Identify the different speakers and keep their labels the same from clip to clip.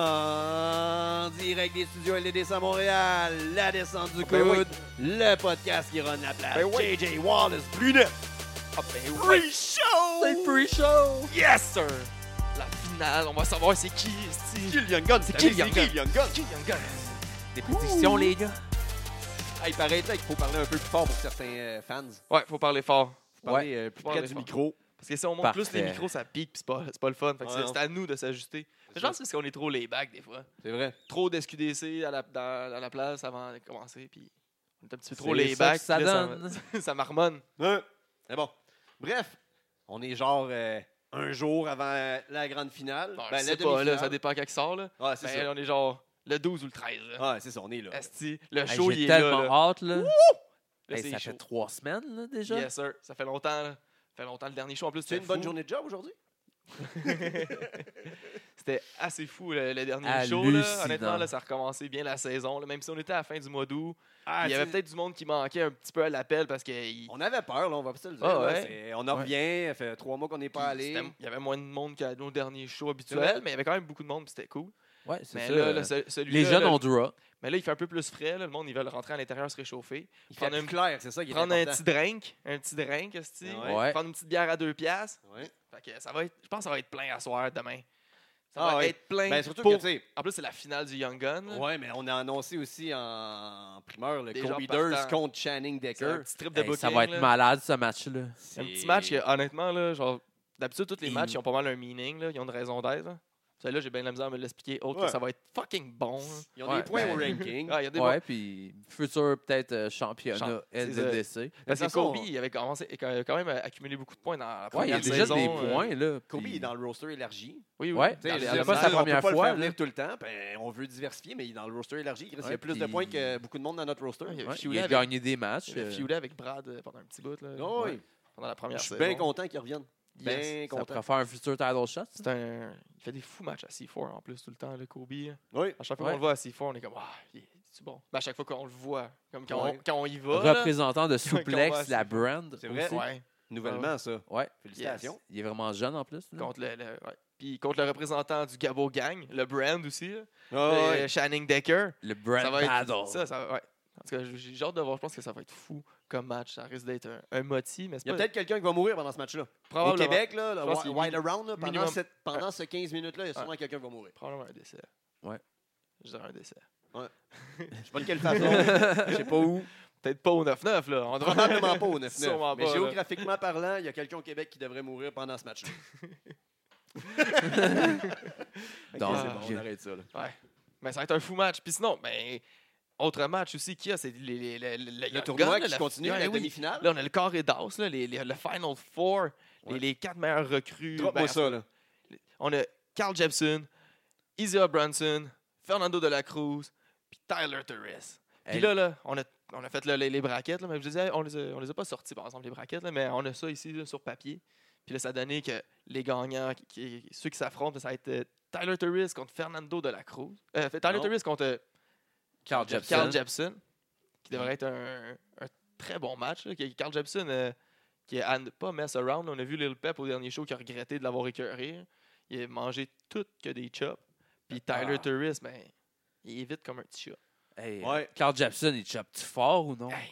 Speaker 1: En direct des studios LDDC à Montréal, la descente du coude,
Speaker 2: Ben
Speaker 1: le podcast qui run la place,
Speaker 2: Ben oui.
Speaker 1: JJ Wallace Brunet.
Speaker 2: Ah ben oui!
Speaker 1: Pre-show!
Speaker 2: C'est le pre-show!
Speaker 1: Yes, sir!
Speaker 2: La finale, on va savoir c'est qui, c'est
Speaker 1: Kill Young Gun,
Speaker 2: C'est
Speaker 1: t'as
Speaker 2: Kill
Speaker 1: dit,
Speaker 2: Young Gun.
Speaker 1: Gun.
Speaker 2: qui, Young Gun? Des prédictions, les gars?
Speaker 1: Hey, paraît là qu'il faut parler un peu plus fort pour certains euh, fans.
Speaker 2: Ouais, faut parler fort.
Speaker 1: Faut parler euh, plus
Speaker 2: Parler
Speaker 1: près du
Speaker 2: fort.
Speaker 1: micro.
Speaker 2: Parce que si on monte
Speaker 3: Parfait.
Speaker 2: plus les micros, ça pique, puis c'est pas, c'est pas le fun. Fait que
Speaker 1: Ouais,
Speaker 2: c'est-
Speaker 1: non.
Speaker 2: c'est à nous de s'ajuster. Je pense que c'est qu'on est trop les bacs des fois.
Speaker 1: C'est vrai.
Speaker 2: Trop d'SQDC à la, dans, à la place avant de commencer, puis on est un petit peu trop
Speaker 3: C'est
Speaker 2: les
Speaker 3: ça que
Speaker 2: bacs.
Speaker 3: ça
Speaker 2: puis là,
Speaker 3: donne.
Speaker 2: Ça, ça marmonne.
Speaker 1: Hein? Mais bon. Bref, on est genre euh, un jour avant euh, la grande finale.
Speaker 2: Bon,
Speaker 1: Ben, la
Speaker 2: je sais pas, là,
Speaker 1: demi-finale.
Speaker 2: ça dépend quand il sort. Là.
Speaker 1: Ouais, c'est
Speaker 2: Ben,
Speaker 1: ça. Ah.
Speaker 2: on est genre le 12 ou le 13. Là.
Speaker 1: Ouais, c'est ça, on est là.
Speaker 2: Asti, le
Speaker 3: Hey,
Speaker 2: show,
Speaker 3: J'ai
Speaker 2: il est là.
Speaker 3: tellement
Speaker 2: là.
Speaker 3: hâte, là.
Speaker 2: Là,
Speaker 3: Hey,
Speaker 2: c'est
Speaker 3: ça
Speaker 2: chaud.
Speaker 3: fait trois semaines, là, déjà.
Speaker 2: Yes, sir. Ça fait longtemps. là. Ça fait longtemps. Le dernier show, en plus,
Speaker 1: C'est
Speaker 2: c'était
Speaker 1: une bonne
Speaker 2: fou.
Speaker 1: journée de job aujourd'hui?
Speaker 2: C'était assez fou, le, le
Speaker 3: Ah,
Speaker 2: dernier show. Là.
Speaker 3: Hallucinant.
Speaker 2: Honnêtement, là, ça a recommencé bien la saison. là. Même si on était à la fin du mois d'août,
Speaker 1: Ah,
Speaker 2: il y avait
Speaker 1: tu-
Speaker 2: peut-être du monde qui manquait un petit peu à l'appel parce que il-
Speaker 1: On avait peur, là, on va pas se le dire.
Speaker 2: Ah,
Speaker 1: là.
Speaker 2: ouais.
Speaker 1: C'est- On en
Speaker 3: Ouais.
Speaker 1: revient, ça fait trois mois qu'on n'est pas
Speaker 2: il-
Speaker 1: allé.
Speaker 2: c'était- il y avait moins de monde qu'à nos derniers shows
Speaker 1: C'est vrai.
Speaker 2: habituels, mais il y avait quand même beaucoup de monde, puis c'était cool.
Speaker 3: Ouais, c'est
Speaker 2: Mais
Speaker 3: ça.
Speaker 2: là,
Speaker 3: euh,
Speaker 2: là, ce- celui-là,
Speaker 3: les jeunes
Speaker 2: là,
Speaker 3: ont du rock.
Speaker 2: Mais là, il fait un peu plus frais. là. Le monde, ils veulent rentrer à l'intérieur, se réchauffer.
Speaker 1: Il fait
Speaker 2: prendre
Speaker 1: plus
Speaker 2: un-
Speaker 1: clair, c'est ça qui est
Speaker 2: prendre un
Speaker 1: important.
Speaker 2: petit drink, un petit drink, esti.
Speaker 1: Ouais.
Speaker 3: Ouais.
Speaker 2: prendre une petite bière à deux piastres.
Speaker 1: Ouais.
Speaker 2: Fait que ça va être, je pense que ça va être plein à soir demain. Ça
Speaker 1: Ah
Speaker 2: va
Speaker 1: ouais.
Speaker 2: être plein.
Speaker 1: Ben, surtout
Speaker 2: pour-
Speaker 1: que, tu sais,
Speaker 2: En plus, c'est la finale du Young Gun. là.
Speaker 1: ouais, mais on a annoncé aussi en primeur le
Speaker 2: Des
Speaker 1: Kobe
Speaker 2: gens
Speaker 1: Durs
Speaker 2: partants.
Speaker 1: contre Channing
Speaker 2: C'est un
Speaker 1: Decker.
Speaker 2: petit trip de
Speaker 3: Hey,
Speaker 2: booking.
Speaker 3: ça va être
Speaker 2: là.
Speaker 3: malade, ce match-là.
Speaker 2: C'est un petit match que, honnêtement, là, genre, d'habitude, tous les
Speaker 3: Il-
Speaker 2: matchs, ils ont pas mal un meaning. Là. Ils ont une raison d'être. là. Celui-là, j'ai bien de la misère à me l'expliquer. Autre
Speaker 1: Ouais.
Speaker 2: que ça va être fucking bon. là.
Speaker 1: Ils ont
Speaker 3: Ouais,
Speaker 1: des points au
Speaker 3: ben-
Speaker 1: ranking.
Speaker 2: Ah, il y a des
Speaker 3: Ouais, puis futur, peut-être, euh, championnat
Speaker 2: Champ- c'est ça.
Speaker 3: LDDC.
Speaker 2: bons- Parce
Speaker 1: de
Speaker 2: que
Speaker 1: toute façon,
Speaker 2: Kobe, il avait commencé, il a quand même accumulé beaucoup de points dans la
Speaker 3: Ouais, il y
Speaker 2: première
Speaker 3: a déjà
Speaker 2: saison,
Speaker 3: des
Speaker 2: euh,
Speaker 3: points, là.
Speaker 1: Kobe
Speaker 3: puis-
Speaker 1: est dans le roster élargi.
Speaker 2: Oui, oui.
Speaker 3: Ouais,
Speaker 2: Dans
Speaker 3: c'est
Speaker 2: les
Speaker 3: pas
Speaker 2: alumni.
Speaker 3: sa première
Speaker 1: on peut
Speaker 3: fois,
Speaker 1: pas le faire
Speaker 3: là.
Speaker 1: venir tout le temps. Ben, on veut diversifier, mais il est dans le roster élargi. Il reste- il y a
Speaker 3: Ouais,
Speaker 1: plus de
Speaker 3: puis-
Speaker 1: points que beaucoup de monde dans notre roster.
Speaker 2: Ouais, il y a
Speaker 3: Ouais,
Speaker 2: Fioulet
Speaker 3: il a
Speaker 2: avec-
Speaker 3: gagné des matchs.
Speaker 2: J'ai
Speaker 3: euh,
Speaker 2: fiulé avec Brad euh, pendant un petit bout, là,
Speaker 1: Oh, oui.
Speaker 2: ouais, pendant la
Speaker 1: Je
Speaker 2: première
Speaker 1: suis
Speaker 2: saison.
Speaker 1: bien content qu'il revienne. Bien
Speaker 2: Yes.
Speaker 3: Ça
Speaker 1: content.
Speaker 3: pourrait faire un futur title shot. ça.
Speaker 2: C'est un... Il fait des fous matchs à C4 en plus tout le temps, le Kobe. là.
Speaker 1: Oui.
Speaker 2: À chaque fois
Speaker 3: Ouais.
Speaker 2: qu'on le voit à C4, on est comme Ah, il est- c'est bon. Ben, à chaque fois qu'on le voit, comme quand,
Speaker 1: Ouais.
Speaker 2: on, quand on y va. là.
Speaker 3: Représentant de
Speaker 2: Quand on va à
Speaker 3: Souplex, la brand.
Speaker 1: C'est vrai.
Speaker 3: aussi.
Speaker 2: Ah Ouais.
Speaker 1: Nouvellement, ça.
Speaker 3: Ouais.
Speaker 1: Félicitations.
Speaker 3: Il est vraiment jeune, en
Speaker 1: Mm.
Speaker 3: plus. là.
Speaker 2: Contre le, le- ouais. Puis contre le représentant du Gabo Gang, le brand aussi, là.
Speaker 1: Ah,
Speaker 2: Le-
Speaker 1: ouais.
Speaker 2: Channing Decker.
Speaker 3: Le brand
Speaker 2: ça va
Speaker 3: battle.
Speaker 2: être. Ça, ça, va- ouais. En tout cas, j'ai- j'ai hâte de voir. Je pense que ça va être fou comme match. Ça risque d'être un, un moti,
Speaker 1: Il
Speaker 2: mais
Speaker 1: y
Speaker 2: c'est
Speaker 1: a
Speaker 2: pas
Speaker 1: peut-être quelqu'un qui va mourir pendant ce match-là. Au
Speaker 2: probablement,
Speaker 1: Québec, là, le
Speaker 2: Ah, Je pense
Speaker 1: wi-
Speaker 2: qu'il est
Speaker 1: Wild Around, là, pendant,
Speaker 2: minimum-
Speaker 1: cette- pendant ce 15 minutes-là, il y a sûrement quelqu'un qui va mourir.
Speaker 2: probablement un décès.
Speaker 3: Ouais.
Speaker 2: Je dirais un décès.
Speaker 1: Je sais pas de quelle façon. Je sais pas où.
Speaker 2: Peut-être pas au 9-9, là. On devrait-
Speaker 1: Probablement pas au 9-9.
Speaker 2: Sûrement
Speaker 1: Mais
Speaker 2: pas, là.
Speaker 1: géographiquement parlant, il y a quelqu'un au Québec qui devrait mourir pendant ce match-là. Ok,
Speaker 3: Donc,
Speaker 1: c'est bon,
Speaker 3: j'ai-
Speaker 1: on arrête ça. là.
Speaker 2: Mais ça va être un fou match. Puis sinon, ben, autre match aussi qu'il y a, c'est les, les- les- les-
Speaker 1: Le
Speaker 2: Young
Speaker 1: tournoi
Speaker 2: Guns,
Speaker 1: qui
Speaker 2: là,
Speaker 1: continue,
Speaker 2: la- Eh
Speaker 1: la
Speaker 2: oui.
Speaker 1: demi-finale.
Speaker 2: Là, on a le carré d'as, là, les- les- le Final Four, les-
Speaker 1: Ouais.
Speaker 2: les, quatre meilleures recrues.
Speaker 1: Drop-moi
Speaker 2: Ben,
Speaker 1: ça, là.
Speaker 2: On a Carl Jepson, Izzy Brunson, Fernando de la Cruz, puis Tyler Torres. Puis
Speaker 3: Hey.
Speaker 2: là, là, on a, on a fait là, les, les braquettes, là, mais je disais, on les, a, on les a pas sortis, par exemple, les braquettes, là, mais on a ça ici là, sur papier. Puis là, ça a donné que les gagnants, qui- qui- ceux qui s'affrontent, ça va être euh, Tyler Torres contre Fernando de la Cruz. Euh, fait, Tyler
Speaker 1: Non.
Speaker 2: Torres contre euh,
Speaker 3: Carl
Speaker 2: Carl
Speaker 3: Jepson.
Speaker 2: Jepson, qui devrait être un, un très bon match. là, qui- Carl Jepson, euh, qui est à ne pas mess around. On a vu Lil Pep au dernier show qui a regretté de l'avoir écœuré. Il a mangé tout que des chops. Puis Tyler
Speaker 3: Ah.
Speaker 2: Torres, ben, il est vite comme un petit chat.
Speaker 3: Hey,
Speaker 1: Ouais.
Speaker 3: Carl Jepson, il chope-tu fort ou non?
Speaker 2: Hey,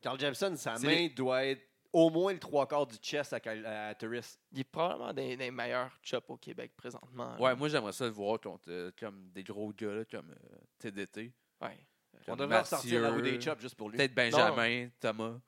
Speaker 1: Carl Jepson, sa
Speaker 2: C'est
Speaker 1: main doit être au moins le trois quarts du chest à, Kyle- à Terrace.
Speaker 2: il est probablement des, des meilleurs chops au Québec présentement. là.
Speaker 3: Ouais, moi j'aimerais ça le voir contre euh, comme des gros gars là, comme euh, TDT.
Speaker 2: Ouais.
Speaker 1: On
Speaker 3: comme
Speaker 1: devrait ressortir la roue
Speaker 3: Mathieu,
Speaker 1: des chops juste pour lui.
Speaker 3: Peut-être Benjamin, Thomas.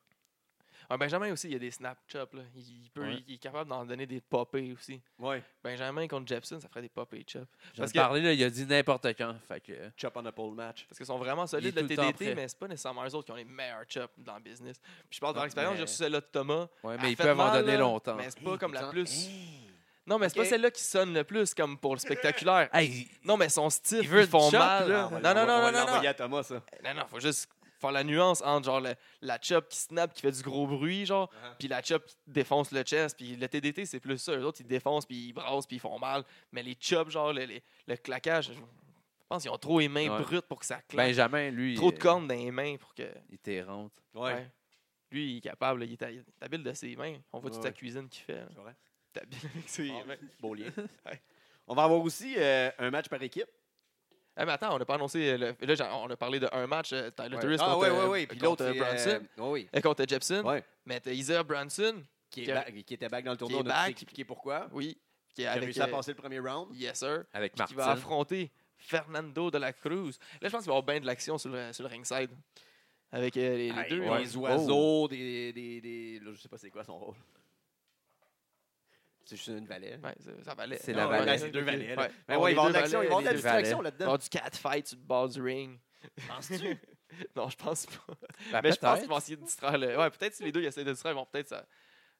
Speaker 2: Ah, Benjamin aussi, il a des snap chops. là. Il, il peut,
Speaker 3: Ouais.
Speaker 2: il est capable d'en donner des popés aussi.
Speaker 1: Ouais,
Speaker 2: Benjamin contre Jepson, ça ferait des popés chops.
Speaker 3: Parce
Speaker 2: Parce
Speaker 3: que
Speaker 2: que-
Speaker 3: parler, là, il a dit n'importe quand. Fait que, euh,
Speaker 1: chop on a pole match.
Speaker 2: Parce qu'ils sont vraiment solides,
Speaker 3: est
Speaker 2: le
Speaker 3: tout le temps prêt.
Speaker 2: TDT, mais c'est pas nécessairement eux autres qui ont les meilleurs chops dans le business. Puis je parle
Speaker 3: Ah,
Speaker 2: par expérience,
Speaker 3: mais-
Speaker 2: j'ai reçu celle-là de Thomas.
Speaker 3: ouais,
Speaker 2: Elle
Speaker 3: mais ils
Speaker 2: fait
Speaker 3: peuvent en
Speaker 2: mal,
Speaker 3: donner
Speaker 2: là,
Speaker 3: longtemps.
Speaker 2: Mais c'est pas
Speaker 1: Hey,
Speaker 2: comme la
Speaker 1: putain,
Speaker 2: plus.
Speaker 1: hey.
Speaker 2: Non, mais c'est
Speaker 1: Ok.
Speaker 2: pas celle-là qui sonne le plus, comme pour le spectaculaire.
Speaker 3: Hey,
Speaker 2: Non, mais son style,
Speaker 3: Il veut
Speaker 2: ils font
Speaker 3: du chop,
Speaker 2: mal.
Speaker 3: là.
Speaker 1: Ah, on va
Speaker 2: Non,
Speaker 1: l'envoyer- on
Speaker 2: non, non,
Speaker 1: va
Speaker 2: non, non.
Speaker 1: l'envoyer à Thomas, ça.
Speaker 2: Non, non, faut juste faire la nuance entre genre le- la chop qui snap, qui fait du gros bruit, genre,
Speaker 1: Uh-huh.
Speaker 2: puis la chop qui défonce le chest, puis le TDT, c'est plus ça. Eux autres, ils défoncent, puis ils brassent, puis ils font mal. Mais les chops, genre, le, le- le claquage, je pense qu'ils ont trop les mains
Speaker 3: Ouais.
Speaker 2: brutes pour que ça claque.
Speaker 3: Benjamin, lui.
Speaker 2: trop de
Speaker 3: euh,
Speaker 2: cornes dans les mains pour que.
Speaker 3: Il t'érante.
Speaker 1: Ouais.
Speaker 2: Ouais. Lui, il est capable, là, il est ha- il est habile de ses mains. On voit toute
Speaker 1: Ouais,
Speaker 2: sa
Speaker 1: ouais.
Speaker 2: cuisine qu'il fait. là.
Speaker 1: C'est vrai.
Speaker 2: Il est habile avec ses
Speaker 1: Ah,
Speaker 2: mains.
Speaker 1: Beau lien.
Speaker 2: Ouais.
Speaker 1: On va avoir aussi euh, un match par équipe.
Speaker 2: Eh, mais attends, on n'a pas annoncé. euh, Le... Là, j'ai- on a parlé d'un match, euh, Tyler
Speaker 3: Ouais.
Speaker 2: Turris
Speaker 1: Ah,
Speaker 2: contre,
Speaker 1: oui, oui,
Speaker 2: euh,
Speaker 1: oui. Puis l'autre,
Speaker 2: contre
Speaker 1: c'est, euh,
Speaker 2: Brunson.
Speaker 1: oui,
Speaker 2: euh, Contre Jepson.
Speaker 1: oui. Ouais.
Speaker 2: Mais t'as Isaiah Brunson,
Speaker 1: Qui,
Speaker 2: Qui
Speaker 1: est
Speaker 2: a-
Speaker 1: back- qui était back dans le tournoi.
Speaker 2: qui est
Speaker 1: on a
Speaker 2: back.
Speaker 1: tout expliqué pourquoi.
Speaker 2: oui, qui est
Speaker 1: Qui a
Speaker 2: avec.
Speaker 1: réussi à
Speaker 2: euh,
Speaker 1: passer le premier round.
Speaker 2: Yes, sir.
Speaker 3: Avec
Speaker 2: Qui va
Speaker 3: Martin.
Speaker 2: affronter Fernando de la Cruz. Là, je pense qu'il va y avoir bien de l'action sur le, sur le ringside. Avec euh, les, les
Speaker 1: Hey,
Speaker 2: deux.
Speaker 1: des
Speaker 2: là.
Speaker 1: oiseaux, des, des, des- là, je sais pas c'est quoi son rôle. C'est juste une valet.
Speaker 2: Ouais, ça, ça valait.
Speaker 3: C'est
Speaker 1: la
Speaker 2: Non,
Speaker 1: valette.
Speaker 2: ouais,
Speaker 1: C'est deux
Speaker 2: ok.
Speaker 1: valettes.
Speaker 2: Ouais.
Speaker 1: Mais
Speaker 2: Bon,
Speaker 1: ouais,
Speaker 2: les
Speaker 1: il va y avoir
Speaker 2: deux
Speaker 1: de l'action, il va y avoir de la
Speaker 2: valettes, les deux
Speaker 1: distraction
Speaker 2: valettes.
Speaker 3: valets.
Speaker 2: Il va y
Speaker 1: là-dedans.
Speaker 2: avoir du catfight sur le bord du ring.
Speaker 1: Penses-tu?
Speaker 2: Non, je pense pas.
Speaker 3: Ben,
Speaker 2: Mais je pense
Speaker 3: peut-être.
Speaker 2: qu'ils vont essayer de distraire. Le... Ouais, peut-être si les deux ils essaient de distraire, ils vont peut-être. Ça...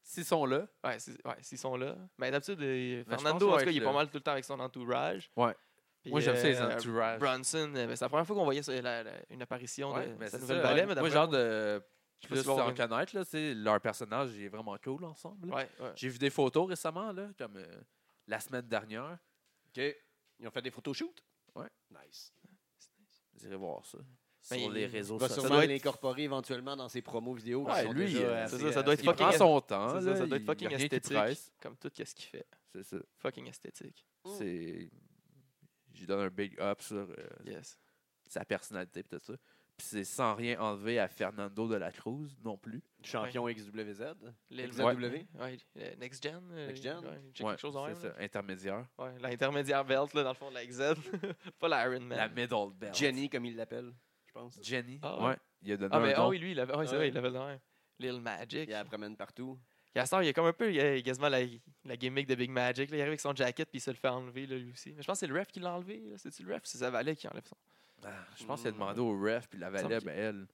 Speaker 3: S'ils sont là,
Speaker 2: Ouais, si- ouais, s'ils sont là. Mais d'habitude, euh,
Speaker 3: Ben, pense
Speaker 2: Fernando,
Speaker 3: qu'on
Speaker 2: en
Speaker 3: va
Speaker 2: tout cas, il est
Speaker 3: être
Speaker 2: pas
Speaker 3: là.
Speaker 2: mal tout le temps avec son entourage.
Speaker 3: Ouais.
Speaker 2: Puis,
Speaker 3: moi j'aime ça les
Speaker 2: euh,
Speaker 3: entourages.
Speaker 2: Brunson, euh, ben, c'est la première fois qu'on voyait ça, la- la- une apparition
Speaker 3: Ouais,
Speaker 2: de
Speaker 3: mais
Speaker 2: sa
Speaker 3: c'est
Speaker 2: nouvelle
Speaker 3: ça,
Speaker 2: ballet.
Speaker 3: ouais.
Speaker 2: mais d'après
Speaker 3: Moi, genre de.
Speaker 2: je sais pas
Speaker 3: Plus
Speaker 2: si on va-
Speaker 3: en connaître, là, tu sais, leur personnage il est vraiment cool ensemble. là.
Speaker 2: Ouais, ouais.
Speaker 3: J'ai vu des photos récemment, là, comme euh, la semaine dernière.
Speaker 1: OK. Ils ont fait des photoshoots?
Speaker 3: Ouais.
Speaker 1: Nice.
Speaker 3: Vous irez voir ça.
Speaker 2: Mais
Speaker 3: sur
Speaker 2: Ben, il-
Speaker 3: les
Speaker 1: Il
Speaker 3: réseaux
Speaker 1: va
Speaker 3: sociaux.
Speaker 1: sûrement
Speaker 2: doit être-
Speaker 1: l'incorporer éventuellement dans ses promos vidéo. qui
Speaker 3: Ouais,
Speaker 1: sont
Speaker 3: lui,
Speaker 1: déjà
Speaker 3: euh,
Speaker 1: assez-
Speaker 2: c'est ça, ça doit être
Speaker 1: assez
Speaker 3: Il prend
Speaker 2: fucking-
Speaker 3: son temps.
Speaker 2: C'est ça,
Speaker 3: là,
Speaker 2: ça doit être
Speaker 3: il-
Speaker 2: fucking
Speaker 3: y a rien qui
Speaker 2: esthétique.
Speaker 3: presse,
Speaker 2: Comme tout ce qu'il fait.
Speaker 3: C'est ça.
Speaker 2: Fucking esthétique.
Speaker 1: Mm.
Speaker 3: C'est. Je lui donne un big up sur euh,
Speaker 2: Yes.
Speaker 3: sa personnalité et tout ça. Puis c'est sans rien enlever à Fernando de la Cruz non plus.
Speaker 1: Champion XWZ.
Speaker 2: Les-
Speaker 1: XW?
Speaker 2: Ouais, euh, Next Gen. euh,
Speaker 1: Next Gen?
Speaker 2: ouais, j'ai
Speaker 3: Ouais,
Speaker 2: quelque chose en
Speaker 3: c'est
Speaker 2: même. là.
Speaker 3: ça, intermédiaire.
Speaker 2: Ouais, L'intermédiaire belt, là, dans le fond, la XZ. pas la Iron Man.
Speaker 3: La middle belt.
Speaker 1: Jenny, comme il l'appelle, je pense.
Speaker 3: Jenny.
Speaker 2: Ah ouais.
Speaker 3: ouais. Il a donné
Speaker 2: Ah,
Speaker 3: un
Speaker 2: mais ah
Speaker 3: nom.
Speaker 2: oui, lui, il avait, ouais, c'est
Speaker 1: Ouais.
Speaker 2: vrai, il l'avait dans un. Lil Magic.
Speaker 1: Il la promène partout.
Speaker 2: Gaston, il est comme un peu, il a quasiment la, la gimmick de Big Magic. là. Il arrive avec son jacket puis il se le fait enlever, là, lui aussi. Mais je pense que c'est le ref qui l'a enlevé. là. C'est-tu le ref ou c'est sa valet qui enlève son.
Speaker 3: Ah, je pense qu'il a demandé au ref, puis la valet,
Speaker 2: Semble-
Speaker 3: ben, elle,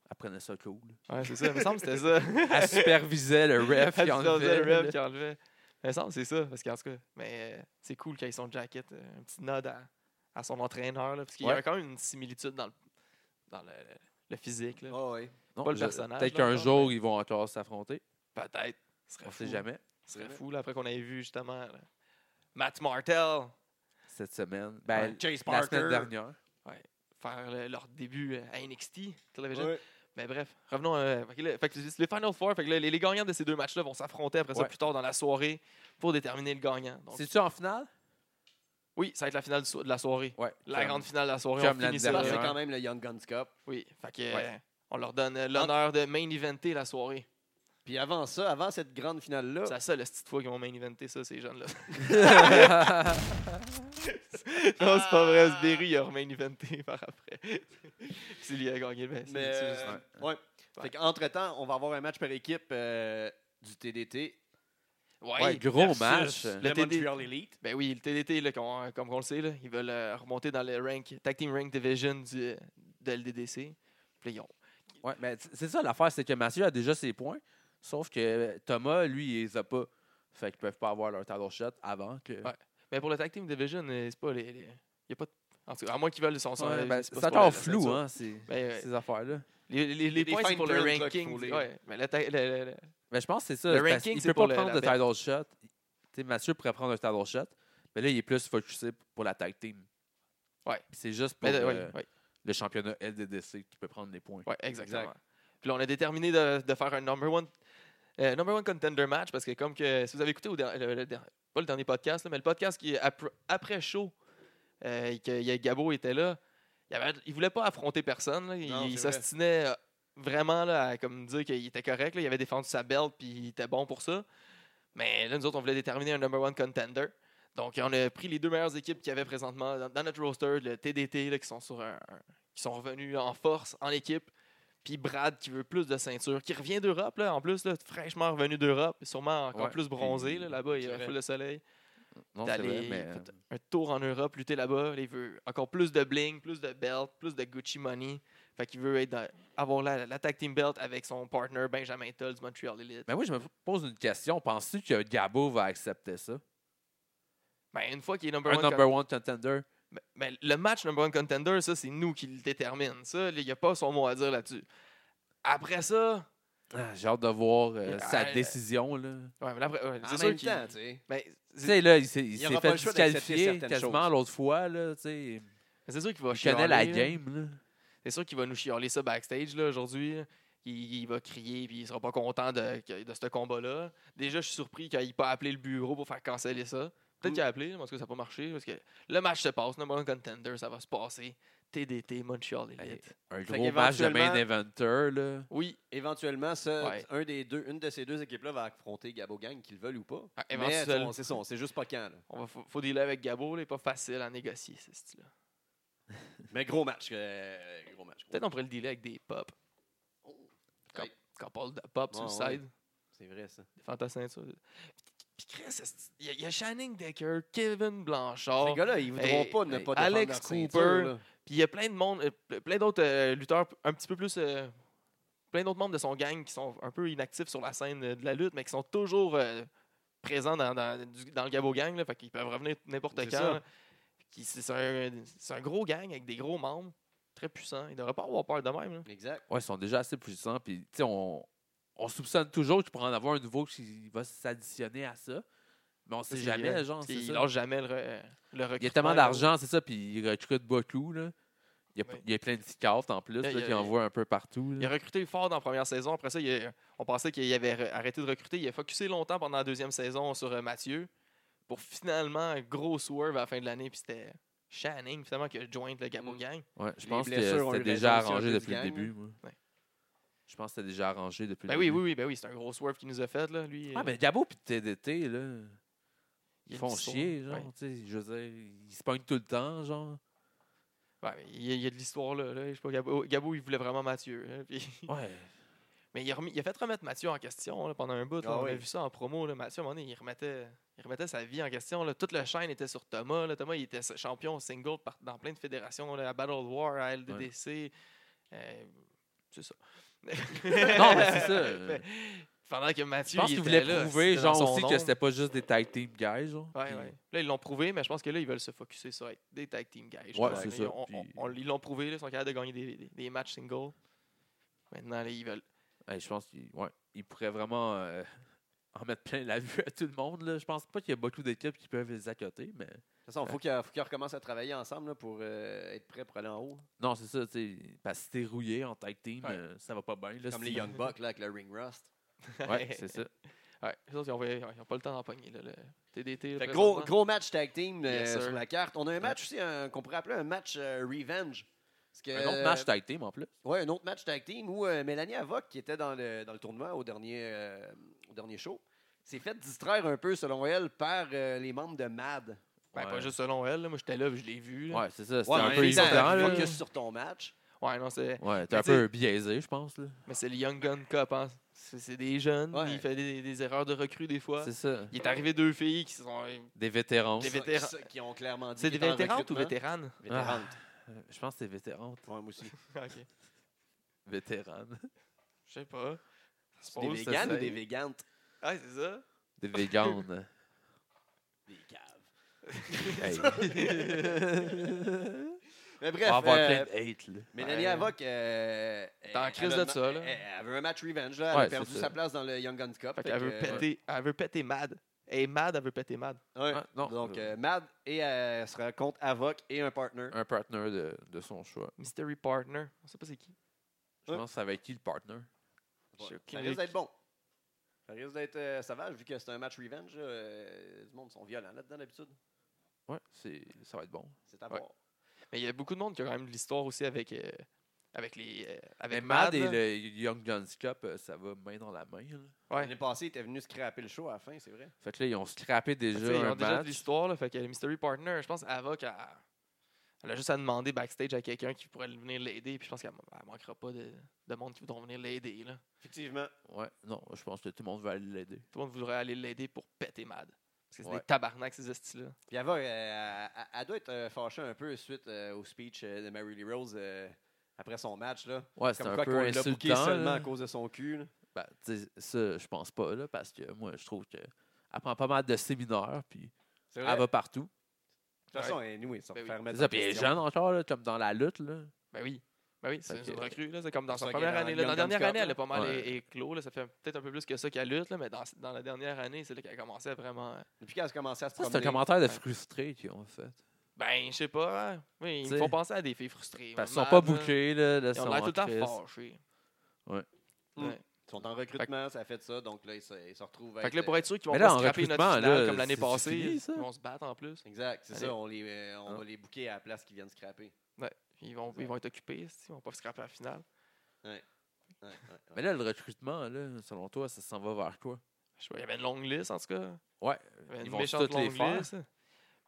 Speaker 3: elle prenait ça cool.
Speaker 2: Ouais, c'est ça. Il me semble que c'était ça.
Speaker 3: Elle supervisait le ref.
Speaker 2: Elle
Speaker 3: qui
Speaker 2: disait,
Speaker 3: enlevait,
Speaker 2: le ref
Speaker 3: là.
Speaker 2: qui enlevait. Il me semble que c'est ça. Parce qu'en tout cas, mais euh, c'est cool quand ils sont jacket. euh, un petit nod à, à son entraîneur. là, parce qu'il y a
Speaker 3: Ouais.
Speaker 2: quand même une similitude dans le, dans le, le physique. là.
Speaker 1: Ah ouais.
Speaker 3: Non,
Speaker 2: pas le
Speaker 3: je-
Speaker 2: personnage,
Speaker 3: Peut-être
Speaker 2: là,
Speaker 3: qu'un
Speaker 2: encore,
Speaker 3: jour, ils vont encore s'affronter.
Speaker 2: Peut-être. Ce
Speaker 3: On
Speaker 2: serait
Speaker 3: ne
Speaker 2: fou.
Speaker 3: sait jamais.
Speaker 2: Ce serait fou là, après qu'on avait vu justement là, Matt Martel
Speaker 3: Cette semaine. Ben,
Speaker 1: Ouais, Chase
Speaker 3: la
Speaker 1: Parker.
Speaker 3: semaine dernière.
Speaker 2: faire le- leur début euh, à NXT. Television.
Speaker 1: Ouais.
Speaker 2: Mais bref, revenons. euh, fait que là- fait que les Final Four, fait que là, les, les gagnants de ces deux matchs-là vont s'affronter après ça
Speaker 3: Ouais.
Speaker 2: plus tard dans la soirée pour déterminer le gagnant. Donc,
Speaker 3: C'est-tu en finale?
Speaker 2: oui, ça va être la finale du so- de la soirée.
Speaker 3: Ouais.
Speaker 2: La grande finale de la soirée.
Speaker 3: comme
Speaker 2: on
Speaker 3: l'année
Speaker 2: finit ça. euh,
Speaker 1: Parce que C'est
Speaker 3: dernière.
Speaker 1: quand même le Young Guns Cup.
Speaker 2: Oui, fait que, euh,
Speaker 3: Ouais.
Speaker 2: on leur donne euh, l'honneur de main eventer la soirée.
Speaker 1: Puis avant ça, avant cette grande finale-là,
Speaker 2: C'est la seule petite fois qu'ils vont main eventer ça, ces jeunes-là.
Speaker 3: finale.
Speaker 2: non, c'est pas vrai. Sberry, il a main eventé par après. S'il y a gagné, ben, c'est
Speaker 1: Mais,
Speaker 2: c'est
Speaker 1: euh,
Speaker 2: juste-
Speaker 1: ouais. Fait qu'entre temps, on va avoir un match par équipe euh, du TDT.
Speaker 2: Ouais,
Speaker 3: ouais, gros
Speaker 1: versus
Speaker 3: match.
Speaker 1: Le,
Speaker 2: Le TD.
Speaker 1: Montreal Elite.
Speaker 2: Ben oui, le TDT, là, qu'on- comme on le sait, là, ils veulent euh, remonter dans le rank, Tag Team Rank Division du, de LDDC. Puis là, ils ont-
Speaker 3: Ouais, mais t- c'est ça l'affaire, c'est que Mathieu a déjà ses points, sauf que Thomas, lui, il les a pas. Fait qu'ils peuvent pas avoir leur title shot avant que.
Speaker 2: Ouais, Mais ben, pour le Tag Team Division, euh, c'est pas les. les- y a pas de- En tout cas, à moins qu'ils veulent son son.
Speaker 3: Ouais,
Speaker 2: euh,
Speaker 3: ben,
Speaker 2: c'est pas-
Speaker 3: c'est
Speaker 2: c'est pas
Speaker 3: encore
Speaker 2: la- la
Speaker 3: flou,
Speaker 2: ceinture.
Speaker 3: hein, ces,
Speaker 2: Ben, ouais.
Speaker 3: ces affaires-là.
Speaker 2: Les, les- les
Speaker 1: Des
Speaker 2: points, c'est
Speaker 1: fine
Speaker 2: pour le
Speaker 1: print, là, qu'il
Speaker 2: ranking.
Speaker 1: faut lire.
Speaker 2: Ouais, mais le, ta- le- le-
Speaker 3: Mais je pense que c'est ça.
Speaker 2: Le
Speaker 3: c'est parce
Speaker 2: ranking,
Speaker 3: qu'il
Speaker 2: c'est
Speaker 3: peut
Speaker 2: pour
Speaker 3: pas
Speaker 2: le-
Speaker 3: prendre
Speaker 2: la
Speaker 3: de title shot. Tu sais, Mathieu pourrait prendre un title shot, mais là, il est plus focusé pour la tag team.
Speaker 2: Ouais.
Speaker 3: Puis C'est juste pour
Speaker 2: mais, euh,
Speaker 3: euh,
Speaker 2: ouais, ouais,
Speaker 3: le championnat LDDC qui peut prendre les points.
Speaker 2: ouais, exactement. Puis là, on a déterminé de, de faire un number one, euh, number one contender match parce que, comme que si vous avez écouté au der- le- le der- pas le dernier podcast, là, mais le podcast qui est apr- après show, euh, et que il y a- Gabo était là, il, avait, il voulait pas affronter personne. là. Il,
Speaker 1: Non,
Speaker 2: il
Speaker 1: c'est vrai.
Speaker 2: s'ostinait euh, vraiment là, à comme dire qu'il était correct. là. Il avait défendu sa belt puis il était bon pour ça. Mais là, nous autres, on voulait déterminer un number one contender. Donc, on a pris les deux meilleures équipes qu'il y avait présentement dans, dans notre roster, le TDT, là, qui, sont sur un- un- qui sont revenus en force, en équipe. Puis Brad, qui veut plus de ceinture, qui revient d'Europe, là, en plus, là, fraîchement revenu d'Europe, sûrement encore
Speaker 3: Ouais,
Speaker 2: plus bronzé.
Speaker 3: puis-
Speaker 2: là, Là-bas, il
Speaker 1: c'est
Speaker 2: y a
Speaker 1: vrai.
Speaker 2: full de soleil
Speaker 3: Non, c'est
Speaker 2: d'aller
Speaker 3: vrai, mais.
Speaker 2: fait un tour en Europe, lutter là-bas. Là, Il veut encore plus de bling, plus de belt, plus de Gucci money. Fait qu'il veut être dans- avoir la, la tag team belt avec son partner Benjamin Toll du Montreal Elite.
Speaker 3: Mais moi, je me pose une question. Penses-tu que Gabo va accepter ça?
Speaker 2: Ben, une fois qu'il est number
Speaker 3: Un
Speaker 2: one,
Speaker 3: number one contender?
Speaker 2: con- ben, ben, le match number one contender, ça, c'est nous qui le détermine. Ça, il n'y a pas son mot à dire là-dessus. Après ça,
Speaker 3: Ah, J'ai hâte de voir euh,
Speaker 2: Ah,
Speaker 3: sa
Speaker 2: là.
Speaker 3: décision. Là.
Speaker 2: ouais, mais après- ouais,
Speaker 1: En
Speaker 2: c'est sûr
Speaker 1: même
Speaker 2: qu'il.
Speaker 1: temps, tu sais.
Speaker 2: ben,
Speaker 3: Tu
Speaker 2: c'est-
Speaker 3: sais, là, il s'est il
Speaker 1: Il
Speaker 3: s'est
Speaker 1: aura pas
Speaker 3: fait
Speaker 1: le choix d'accepter
Speaker 3: disqualifier
Speaker 1: certaines
Speaker 3: quasiment
Speaker 1: choses.
Speaker 3: l'autre fois. Là, tu sais.
Speaker 2: c'est sûr qu'il va
Speaker 3: il connaît la
Speaker 2: chialer, là.
Speaker 3: game. Là.
Speaker 2: C'est sûr qu'il va nous chialer ça backstage là, aujourd'hui. là. Il, il va crier puis il sera pas content de, que- de ce combat-là. Déjà, je suis surpris qu'il n'ait pas appelé le bureau pour faire canceller ça. Peut-être
Speaker 1: Mm.
Speaker 2: qu'il a appelé, parce que ça n'a pas marché. Parce que le match se passe, number one contender, ça va se passer. TDT, Montreal
Speaker 3: Hey.
Speaker 2: Elite.
Speaker 3: Un
Speaker 1: Fait
Speaker 3: gros match de main
Speaker 1: qu'éventuellement-
Speaker 3: eventer, là.
Speaker 2: Oui,
Speaker 1: Éventuellement, ce-
Speaker 2: Ouais.
Speaker 1: un des deux, une de ces deux équipes-là va affronter Gabo Gang, qu'ils le veulent ou pas.
Speaker 2: Ah,
Speaker 1: Mais
Speaker 2: éventuellement.
Speaker 1: on- c'est ça, on sait juste pas quand. là.
Speaker 2: on va, faut, faut dealer avec Gabo, là, il est pas facile à négocier, ce style-là.
Speaker 1: Mais gros match. euh, gros match. gros
Speaker 2: Peut-être on pourrait le dealer avec des pop.
Speaker 1: Oh.
Speaker 2: Quand,
Speaker 1: Hey.
Speaker 2: quand on parle de pop
Speaker 1: Ouais,
Speaker 2: sur le
Speaker 1: ouais.
Speaker 2: side,
Speaker 1: match. C'est vrai, ça.
Speaker 2: des fantassins, ça. Puis Chris, esti, il y, a- il y a Shannon Decker, Kevin Blanchard,
Speaker 1: Ces gars-là, ils voudront
Speaker 2: Ah, hey,
Speaker 1: pas ne
Speaker 2: hey,
Speaker 1: pas défendre
Speaker 2: Alex
Speaker 1: leur ceinture,
Speaker 2: Cooper.
Speaker 1: là.
Speaker 2: Puis il y a plein de monde, euh, ple- plein d'autres euh, lutteurs un petit peu plus. euh, plein d'autres membres de son gang qui sont un peu inactifs sur la scène euh, de la lutte, mais qui sont toujours euh, présents dans, dans- du- dans le Gabo Gang. Là, fait qu'ils peuvent revenir n'importe
Speaker 1: C'est
Speaker 2: quand.
Speaker 1: ça.
Speaker 2: là. Qui- C'est c'est un, c'est un gros gang avec des gros membres, très puissants. Ils devraient pas avoir peur de même. là.
Speaker 1: Exact.
Speaker 3: Ouais, ils sont déjà assez puissants. Puis, tu sais, on, on soupçonne toujours qu'il pourrait en avoir un nouveau qui va s'additionner à ça. Mais on sait
Speaker 2: C'est
Speaker 3: jamais,
Speaker 2: vrai.
Speaker 3: genre.
Speaker 2: Puis
Speaker 3: c'est
Speaker 2: Ils
Speaker 3: ça.
Speaker 2: lâchent jamais le, re- euh, le
Speaker 3: Il y a
Speaker 2: recrutement,
Speaker 3: tellement
Speaker 2: là.
Speaker 3: d'argent, c'est ça. Puis, il recrute beaucoup, là. Il y, a,
Speaker 2: Oui.
Speaker 3: il y a plein de petites cartes en plus
Speaker 2: Il y a-
Speaker 3: là,
Speaker 2: il y
Speaker 3: qui
Speaker 2: a-
Speaker 3: envoient un peu partout. là.
Speaker 2: Il a recruté fort dans la première saison. Après ça, il a- on pensait qu'il avait re- arrêté de recruter. Il a focusé longtemps pendant la deuxième saison sur euh, Mathieu pour finalement un gros swerve à la fin de l'année. Puis c'était Shanning finalement qui a joint le Gabo
Speaker 1: Mm.
Speaker 2: Gang.
Speaker 3: Ouais, je
Speaker 1: Les
Speaker 3: pense que
Speaker 1: blessures ont eu raison
Speaker 3: c'était déjà
Speaker 1: aussi un
Speaker 3: arrangé
Speaker 1: peu du
Speaker 3: depuis le
Speaker 1: gang, là.
Speaker 3: début. moi.
Speaker 2: Ouais.
Speaker 3: Je pense que c'était déjà arrangé depuis
Speaker 2: Ben
Speaker 3: le
Speaker 2: oui,
Speaker 3: début.
Speaker 2: oui, oui, ben oui, c'est un gros swerve qu'il nous a fait. Là, lui,
Speaker 3: Ah,
Speaker 2: euh,
Speaker 3: mais Gabo puis TDT, là,
Speaker 2: il a
Speaker 3: ils
Speaker 2: une
Speaker 3: font
Speaker 2: petite
Speaker 3: chier,
Speaker 2: histoire.
Speaker 3: genre. tu sais, Je veux dire, ils se pognent tout le temps, genre.
Speaker 2: Ouais. Ouais, mais il, y a, il y a de l'histoire là. là. Je sais pas, Gabo, Gabo, il voulait vraiment Mathieu. hein, puis-
Speaker 3: Ouais.
Speaker 2: Mais il a, remis- il a fait remettre Mathieu en question là, pendant un bout. là.
Speaker 1: Ah
Speaker 2: on a
Speaker 1: oui.
Speaker 2: vu ça en promo. Là. Mathieu, à un moment donné, il remettait, il remettait sa vie en question. là. Toute la chaîne était sur Thomas. là. Thomas, il était s- champion single par- dans plein de fédérations, là, à Battle War, à LDDC. Euh, c'est ça. non,
Speaker 3: mais c'est ça.
Speaker 2: pendant que
Speaker 3: Je
Speaker 2: Mathieu,
Speaker 3: pense
Speaker 2: il
Speaker 3: qu'ils
Speaker 2: était
Speaker 3: voulaient
Speaker 2: là,
Speaker 3: prouver,
Speaker 2: c'était dans
Speaker 3: genre,
Speaker 2: son
Speaker 3: aussi que
Speaker 2: ombre.
Speaker 3: c'était pas juste des tag team guys, genre.
Speaker 2: Ouais,
Speaker 3: Puis-
Speaker 2: ouais. Là, ils l'ont prouvé, mais je pense que là, ils veulent se focusser sur être des tag team guys. je
Speaker 3: Ouais,
Speaker 2: pense.
Speaker 3: c'est
Speaker 2: Là,
Speaker 3: ça,
Speaker 2: Ils, ont-
Speaker 3: puis-
Speaker 2: on- on- ils l'ont prouvé, là, ils sont capables de gagner des, des- des matchs single. Maintenant, là, ils veulent.
Speaker 3: Hey, je pense qu'ils ouais, ils pourraient vraiment euh, en mettre plein la vue à tout le monde, là. Je pense pas qu'il y a beaucoup d'équipes qui peuvent les accoter, mais.
Speaker 1: De toute façon, il faut qu'ils faut qu'ils recommencent à travailler ensemble là, pour euh, être prêts pour aller en haut.
Speaker 3: Non, c'est ça, tu sais. Parce que si t'es rouillé en tag team,
Speaker 2: Ouais.
Speaker 3: euh, ça va pas bien, là.
Speaker 1: Comme
Speaker 3: si-
Speaker 1: les Young Bucks là, avec le Ring Rust.
Speaker 3: Ouais, c'est ça.
Speaker 2: Euh, Ouais, les autres, ils ont- ils n'ont pas le temps d'empoigner, là, le TDT. là,
Speaker 1: Fait que gros,
Speaker 2: présentement.
Speaker 1: gros match tag team euh,
Speaker 2: Yes, sir.
Speaker 1: sur la carte. On a un match aussi un- qu'on pourrait appeler un match euh, revenge. Parce que,
Speaker 3: Un autre match tag team, en plus.
Speaker 1: Ouais, un autre match tag team où euh, Mélanie Avoc, qui était dans le, dans le tournoi au dernier, euh, au dernier show, s'est faite distraire un peu, selon elle, par euh, les membres de MAD.
Speaker 2: Ben, Pas
Speaker 3: Ouais.
Speaker 2: juste selon elle, là. moi j'étais là, puis je l'ai vu. là.
Speaker 3: Ouais, c'est ça. C'était
Speaker 1: Ouais,
Speaker 3: un
Speaker 1: mais
Speaker 3: peu
Speaker 1: en même temps,
Speaker 3: différent,
Speaker 1: elle
Speaker 3: là.
Speaker 1: focus sur ton match.
Speaker 2: Ouais, non, c'est.
Speaker 3: Ouais, t'es un
Speaker 2: tu sais-
Speaker 3: peu biaisé, je pense, là.
Speaker 2: Mais c'est le Young Gun Cup, hein. C'est c'est des jeunes,
Speaker 1: Ouais.
Speaker 2: il fait des, des erreurs de recrue des fois.
Speaker 3: C'est ça.
Speaker 2: Il est arrivé deux filles qui sont. euh,
Speaker 3: Des vétérans.
Speaker 2: Des
Speaker 1: Ça,
Speaker 2: vétérans.
Speaker 1: ça, Qui ont clairement dit.
Speaker 2: C'est des
Speaker 1: qu'ils étaient en
Speaker 2: vétérantes ou
Speaker 1: recrutement.
Speaker 2: vétéranes
Speaker 1: Vétérantes.
Speaker 3: Euh, Je pense que c'est vétéran.
Speaker 1: Ouais, moi aussi.
Speaker 2: Ok.
Speaker 3: Vétérane.
Speaker 2: Je sais pas. Ça se
Speaker 1: Des
Speaker 2: pose, ça,
Speaker 1: véganes
Speaker 2: ça-
Speaker 1: ou des végantes?
Speaker 2: Ouais, c'est ça.
Speaker 3: Des véganes.
Speaker 1: Des caves.
Speaker 3: Hey.
Speaker 1: Mais
Speaker 3: On
Speaker 1: bref,
Speaker 3: va avoir
Speaker 1: euh,
Speaker 3: plein de hate, là.
Speaker 1: Mélanie
Speaker 2: Ouais.
Speaker 1: Avoc, euh,
Speaker 2: T'es en
Speaker 1: elle
Speaker 2: crise
Speaker 1: a
Speaker 2: de
Speaker 1: dema-
Speaker 2: ça, là.
Speaker 1: Elle, elle veut un match revenge. Là. Elle
Speaker 3: Ouais,
Speaker 1: a perdu
Speaker 3: c'est ça.
Speaker 1: sa place dans le Young Guns Cup.
Speaker 2: Fait
Speaker 1: Fait
Speaker 2: qu'elle
Speaker 1: que,
Speaker 2: veut péter, elle veut péter Mad. Elle est Mad, elle veut péter Mad.
Speaker 1: ouais.
Speaker 3: Ah, non.
Speaker 1: Donc,
Speaker 3: euh,
Speaker 1: euh, Mad et euh, elle se rencontre Avoc et un partner.
Speaker 3: un partner de, de son choix.
Speaker 2: Mystery Partner. On sait pas c'est qui.
Speaker 3: Je
Speaker 1: Ouais.
Speaker 3: pense que c'est avec qui le partner.
Speaker 2: Je sais
Speaker 1: Ça
Speaker 2: aucune idée.
Speaker 1: risque d'être bon. Ça risque d'être euh, sauvage, vu que c'est un match revenge. là, euh, du monde sont violents là-dedans, d'habitude.
Speaker 3: Ouais, c'est, ça va être bon.
Speaker 1: C'est à
Speaker 2: Ouais.
Speaker 1: voir.
Speaker 2: Mais il y a beaucoup de monde qui a quand même de l'histoire aussi avec, euh, avec les. euh,
Speaker 3: Mais
Speaker 2: avec
Speaker 3: Mad
Speaker 2: Mad,
Speaker 3: et
Speaker 2: là.
Speaker 3: le Young Guns Cup, euh, ça va main dans la main. là.
Speaker 2: Ouais.
Speaker 1: L'année passée, il était venu scraper le show à la fin, c'est vrai.
Speaker 3: Fait que là, ils ont
Speaker 1: Ah,
Speaker 3: scrappé déjà
Speaker 2: Tu sais, ils
Speaker 3: un
Speaker 2: ont déjà
Speaker 3: match.
Speaker 2: de l'histoire, là, fait que le Mystery Partner, je pense, Ava, qu'elle- elle a juste à demander backstage à quelqu'un qui pourrait venir l'aider, puis je pense qu'elle elle manquera pas de, de monde qui voudront venir l'aider. là.
Speaker 1: Effectivement.
Speaker 3: Ouais, non, je pense que tout le monde va aller l'aider.
Speaker 2: Tout le monde voudrait aller l'aider pour péter Mad. Parce que c'est
Speaker 3: Ouais.
Speaker 2: des tabarnaks, ces hosties-là.
Speaker 1: Puis elle, va, euh, elle, elle doit être euh, fâchée un peu suite euh, au speech euh, de Mary Lee Rose euh, après son match. Là.
Speaker 3: Ouais, c'est
Speaker 1: Comme
Speaker 3: un
Speaker 1: quoi
Speaker 3: peu
Speaker 1: qu'on l'a booké
Speaker 3: insultant.
Speaker 1: seulement
Speaker 3: là.
Speaker 1: à cause de son cul. là.
Speaker 3: Ben, tu sais, ça, je pense pas, là, parce que moi, je trouve qu'elle prend pas mal de séminaires, puis
Speaker 1: C'est vrai.
Speaker 3: elle va partout.
Speaker 1: De Ah, bah, toute façon, anyway, ça va
Speaker 2: Ben
Speaker 1: faire
Speaker 3: C'est
Speaker 1: remettre
Speaker 3: ça,
Speaker 1: en
Speaker 3: puis elle est
Speaker 1: question.
Speaker 3: jeune encore, là, comme dans la lutte, là.
Speaker 2: Ben oui. Ben oui,
Speaker 3: Fait
Speaker 2: c'est
Speaker 3: que-
Speaker 2: une recrue. là, C'est comme dans
Speaker 1: C'est
Speaker 2: sa
Speaker 1: ça qu'elle
Speaker 2: première
Speaker 1: est
Speaker 2: année.
Speaker 1: dans
Speaker 2: là. Dans
Speaker 1: Young
Speaker 2: la
Speaker 1: Guns
Speaker 2: dernière
Speaker 1: Cup,
Speaker 2: année, elle
Speaker 1: là.
Speaker 2: a pas mal
Speaker 3: Ouais.
Speaker 2: é- éclos. là. Ça fait peut-être un peu plus que ça qu'elle lutte, là, mais dans, dans la dernière année, c'est là qu'elle a commencé à vraiment.
Speaker 1: Depuis qu'elle a commencé à se
Speaker 3: Ça, c'est un
Speaker 1: promener.
Speaker 3: commentaire de frustré qu'ils ont fait.
Speaker 2: Ben, je sais pas. hein. Oui, ils
Speaker 3: T'sais.
Speaker 2: me font penser à des filles frustrées.
Speaker 3: Parce qu'ils
Speaker 2: Mad,
Speaker 3: sont pas
Speaker 2: là.
Speaker 3: bouqués, là. là,
Speaker 2: Ils ont
Speaker 3: sont
Speaker 2: l'air
Speaker 3: en
Speaker 2: tout le temps
Speaker 3: crise.
Speaker 2: fâchés.
Speaker 3: Ouais.
Speaker 1: Mm.
Speaker 2: Ouais.
Speaker 1: sont en recrutement, ça a fait ça, donc là, ils se, ils se retrouvent
Speaker 2: Fait que là, pour être sûr qu'ils vont
Speaker 3: Mais
Speaker 2: pas
Speaker 3: là, en
Speaker 2: scraper notre
Speaker 3: recrutement,
Speaker 2: finale
Speaker 3: là,
Speaker 2: comme l'année
Speaker 3: c'est- c'est
Speaker 2: passée,
Speaker 3: fini, ça?
Speaker 2: ils vont se battre en plus.
Speaker 1: Exact, c'est
Speaker 2: Allez.
Speaker 1: ça, on, les, euh, on
Speaker 3: Hein?
Speaker 1: va les bouquer à la place qu'ils viennent scraper.
Speaker 2: Ils vont, ils vont être occupés, si, ils vont pas scraper la finale.
Speaker 1: Ouais, ouais, ouais.
Speaker 3: Mais là, le recrutement, là, selon toi, ça s'en va vers quoi?
Speaker 2: Je sais pas, il y avait une longue liste, en tout cas.
Speaker 3: Ouais.
Speaker 2: Il y avait
Speaker 3: Ils
Speaker 2: une
Speaker 3: vont
Speaker 2: méchante
Speaker 3: toutes les
Speaker 2: longue
Speaker 3: faire.
Speaker 2: liste.